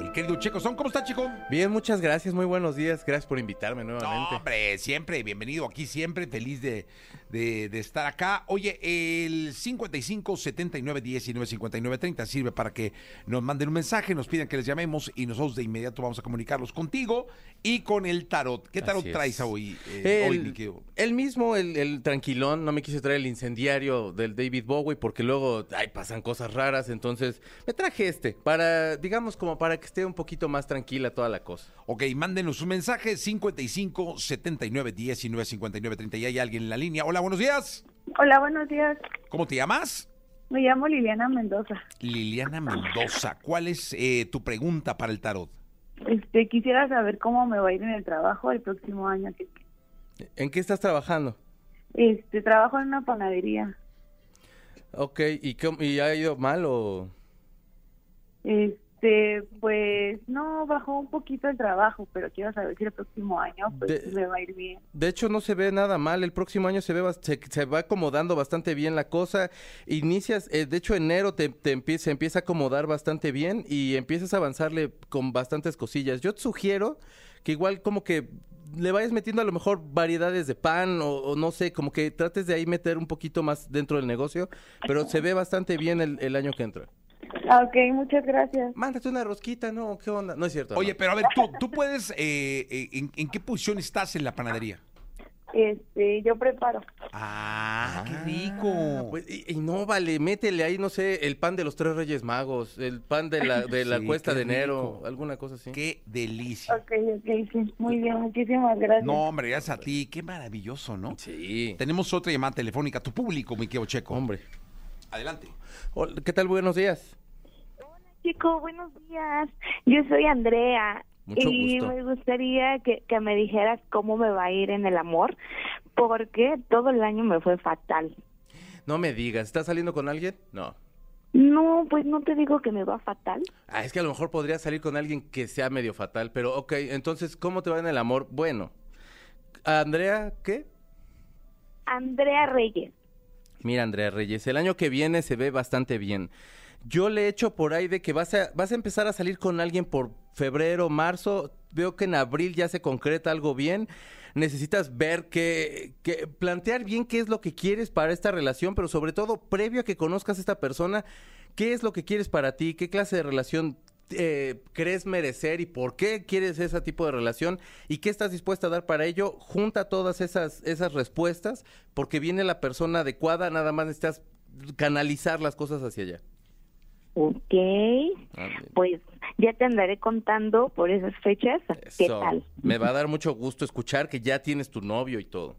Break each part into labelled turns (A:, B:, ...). A: el querido Checo Sound. ¿Cómo está, Checo?
B: Bien, muchas gracias, muy buenos días, gracias por invitarme nuevamente.
A: No, hombre, siempre bienvenido aquí, siempre feliz de, de- de estar acá. Oye, el 55 79 19 59 30 sirve para que nos manden un mensaje, nos pidan que les llamemos y nosotros de inmediato vamos a comunicarlos contigo y con el tarot. ¿Qué tarot
B: Así es.
A: traes hoy? eh, hoy, mi
B: El,
A: querido?
B: el mismo, el, el tranquilón, no me quise traer el incendiario del David Bowie porque luego, ay, pasan cosas raras, entonces me traje este, para, digamos, como para que esté un poquito más tranquila toda la cosa.
A: Ok, mándenos un mensaje 55 79 19 59 30 y hay alguien en la línea. Hola, buenos días.
C: Hola, buenos días.
A: ¿Cómo te llamas?
C: Me llamo Liliana Mendoza.
A: Liliana Mendoza. ¿Cuál es eh, tu pregunta para el tarot?
C: Este, quisiera saber cómo me va a ir en el trabajo el próximo año. que-
B: ¿En qué estás trabajando?
C: Este, trabajo en una panadería.
B: Ok, ¿y, cómo- y ha ido mal o...?
C: Este, pues no bajó un poquito el trabajo, pero quiero saber si el próximo año pues,
B: De-
C: me va a ir bien.
B: De hecho, no se ve nada mal. El próximo año se ve bas- se, se va acomodando bastante bien la cosa. Inicias, eh, de hecho, enero te, te empie- se empieza a acomodar bastante bien y empiezas a avanzarle con bastantes cosillas. Yo te sugiero que igual como que le vayas metiendo a lo mejor variedades de pan o, o no sé, como que trates de ahí meter un poquito más dentro del negocio, pero se ve bastante bien el, el año que entra.
C: Ah, ok, muchas gracias.
B: Mándate una rosquita, ¿no? ¿Qué onda? No es cierto.
A: Oye,
B: no.
A: pero a ver, tú, tú puedes, eh, eh, en, en qué posición estás en la panadería?
C: Este, yo preparo.
A: Ah, qué
B: Ah,
A: rico.
B: pues, y, y no vale, métele ahí, no sé, el pan de los tres reyes magos, el pan de la, de la
A: Sí,
B: cuesta
A: qué
B: de enero,
A: rico.
B: alguna cosa así.
A: qué delicia.
C: Ok, ok, sí. Muy bien, muchísimas gracias.
A: No, hombre, gracias a ti. Qué maravilloso, ¿no?
B: Sí.
A: Tenemos otra llamada telefónica. Tu público, mi querido Checo.
B: Hombre.
A: Adelante.
B: Hola, ¿Qué tal? Buenos días.
D: Chico, buenos días. Yo soy Andrea
B: Mucho
D: y
B: gusto.
D: me gustaría que, que me dijeras cómo me va a ir en el amor, porque todo el año me fue fatal.
B: No me digas, ¿estás saliendo con alguien? No.
D: No, pues no te digo que me va fatal.
B: Ah, es que a lo mejor podría salir con alguien que sea medio fatal, pero ok, entonces, ¿cómo te va en el amor? Bueno, Andrea, ¿qué?
D: Andrea Reyes.
B: Mira, Andrea Reyes, el año que viene se ve bastante bien. Yo le echo por ahí de que vas a, vas a empezar a salir con alguien por febrero, marzo. Veo que en abril ya se concreta algo bien. Necesitas ver que, que plantear bien qué es lo que quieres para esta relación, pero sobre todo, previo a que conozcas a esta persona, qué es lo que quieres para ti, qué clase de relación eh, crees merecer y por qué quieres ese tipo de relación y qué estás dispuesta a dar para ello, junta todas esas, esas respuestas porque viene la persona adecuada, nada más necesitas canalizar las cosas hacia allá.
D: Ok,
B: Ándale.
D: pues ya te andaré contando por esas fechas. ¿Qué
B: Eso.
D: tal?
B: Me va a dar mucho gusto escuchar que ya tienes tu novio y todo.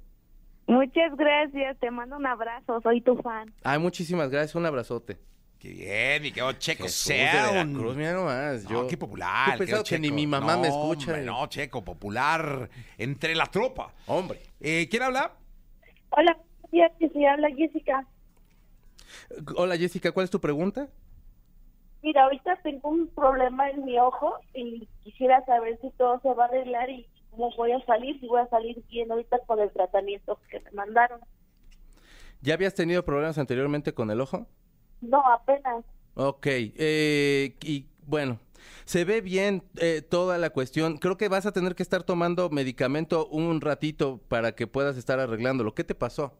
D: Muchas gracias, te mando un abrazo, soy tu fan.
B: Ay, muchísimas gracias, un abrazote.
A: Qué bien, mi querido Checo.
B: Jesús de Veracruz,
A: Sound.
B: mira nomás.
A: No,
B: yo-
A: qué popular.
B: Yo pensaba
A: creo,
B: que ni
A: Checo.
B: mi mamá
A: No,
B: me escucha.
A: hombre, no, Checo, popular entre la tropa.
B: Hombre.
A: Eh, ¿Quién habla?
C: Hola, buenos días, que se habla Jessica.
B: Hola Jessica, ¿cuál es tu pregunta?
C: Mira, ahorita tengo un problema en mi ojo y quisiera saber si todo se va a arreglar y cómo voy a salir, si voy a salir bien ahorita con el tratamiento que me mandaron.
B: ¿Ya habías tenido problemas anteriormente con el ojo?
C: No, apenas.
B: Ok, eh, y bueno, se ve bien eh, toda la cuestión. Creo que vas a tener que estar tomando medicamento un ratito para que puedas estar arreglándolo. ¿Qué te pasó?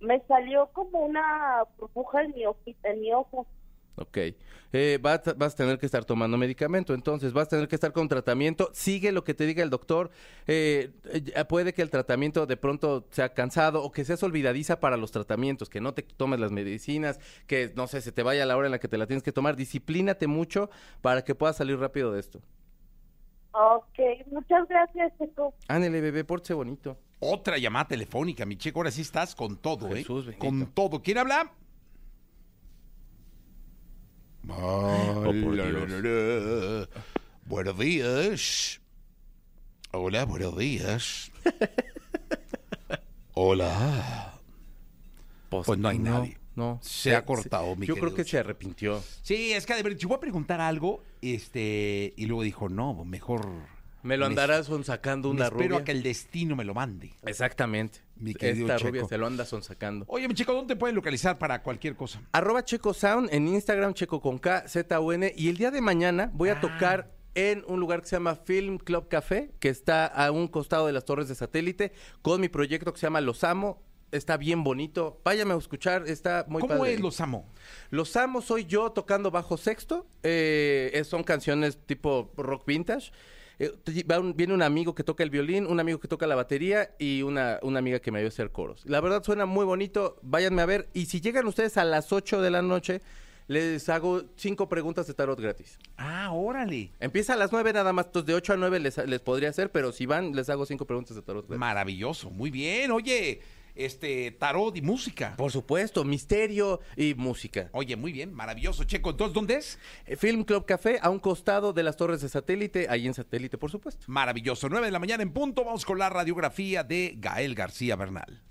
C: Me salió como una burbuja en mi, ojita, en mi ojo.
B: Ok, eh, va a t- vas, a tener que estar tomando medicamento, entonces vas a tener que estar con tratamiento. Sigue lo que te diga el doctor. eh, eh, puede que el tratamiento de pronto sea cansado o que seas olvidadiza para los tratamientos, que no te tomes las medicinas, que no sé, se te vaya la hora en la que te la tienes que tomar. Disciplínate mucho para que puedas salir rápido de esto.
C: Ok, muchas gracias, Checo.
B: Ándale, bebé, porche bonito.
A: Otra llamada telefónica, mi Checo. Ahora sí estás con todo, ¿eh?
B: Jesús bendito.
A: Con todo. ¿Quién habla?
B: por
A: La,
B: Dios.
A: la, la, la. Buenos días. Hola, buenos días. Hola. Pues no hay nadie.
B: No. Eh,
A: Se ha cortado, mi
B: Yo creo
A: querido
B: que
A: Chuy.
B: se arrepintió.
A: Sí, es que a ver, yo voy a preguntar algo, este, y luego dijo, no, mejor.
B: Me lo
A: me-
B: andarás sacando
A: me
B: una
A: espero
B: rubia.
A: a que el destino me lo mande.
B: Exactamente.
A: Mi querido
B: Esta
A: Checo.
B: rubia se lo anda sonsacando.
A: Oye, mi chico, ¿dónde te pueden localizar para cualquier cosa?
B: Arroba Checo Sound en Instagram, Checo con K, Z-U-N. Y el día de mañana voy
A: Ah.
B: a tocar en un lugar que se llama Film Club Café, que está a un costado de las torres de satélite, con mi proyecto que se llama Los Amo. Está bien bonito. Váyame a escuchar, está muy
A: ¿Cómo
B: padre.
A: es Los Amo?
B: Los Amo soy yo tocando bajo sexto. Eh, es- son canciones tipo rock vintage. Eh, t- va un- viene un amigo que toca el violín, un amigo que toca la batería y una, una amiga que me ayuda a hacer coros. La verdad suena muy bonito, váyanme a ver. Y si llegan ustedes a las 8 de la noche, les hago cinco preguntas de tarot gratis.
A: Ah, órale.
B: Empieza a las 9 nada más, entonces de 8 a 9 les, les podría hacer, pero si van, les hago cinco preguntas de tarot gratis.
A: Maravilloso, muy bien. Oye, este, tarot y música.
B: Por supuesto, misterio y música.
A: Oye, muy bien, maravilloso, Checo. Entonces, ¿dónde es?
B: Eh, Film Club Café a un costado de las torres de satélite, ahí en satélite, por supuesto.
A: Maravilloso. 9 de la mañana en punto. Vamos con la radiografía de Gael García Bernal.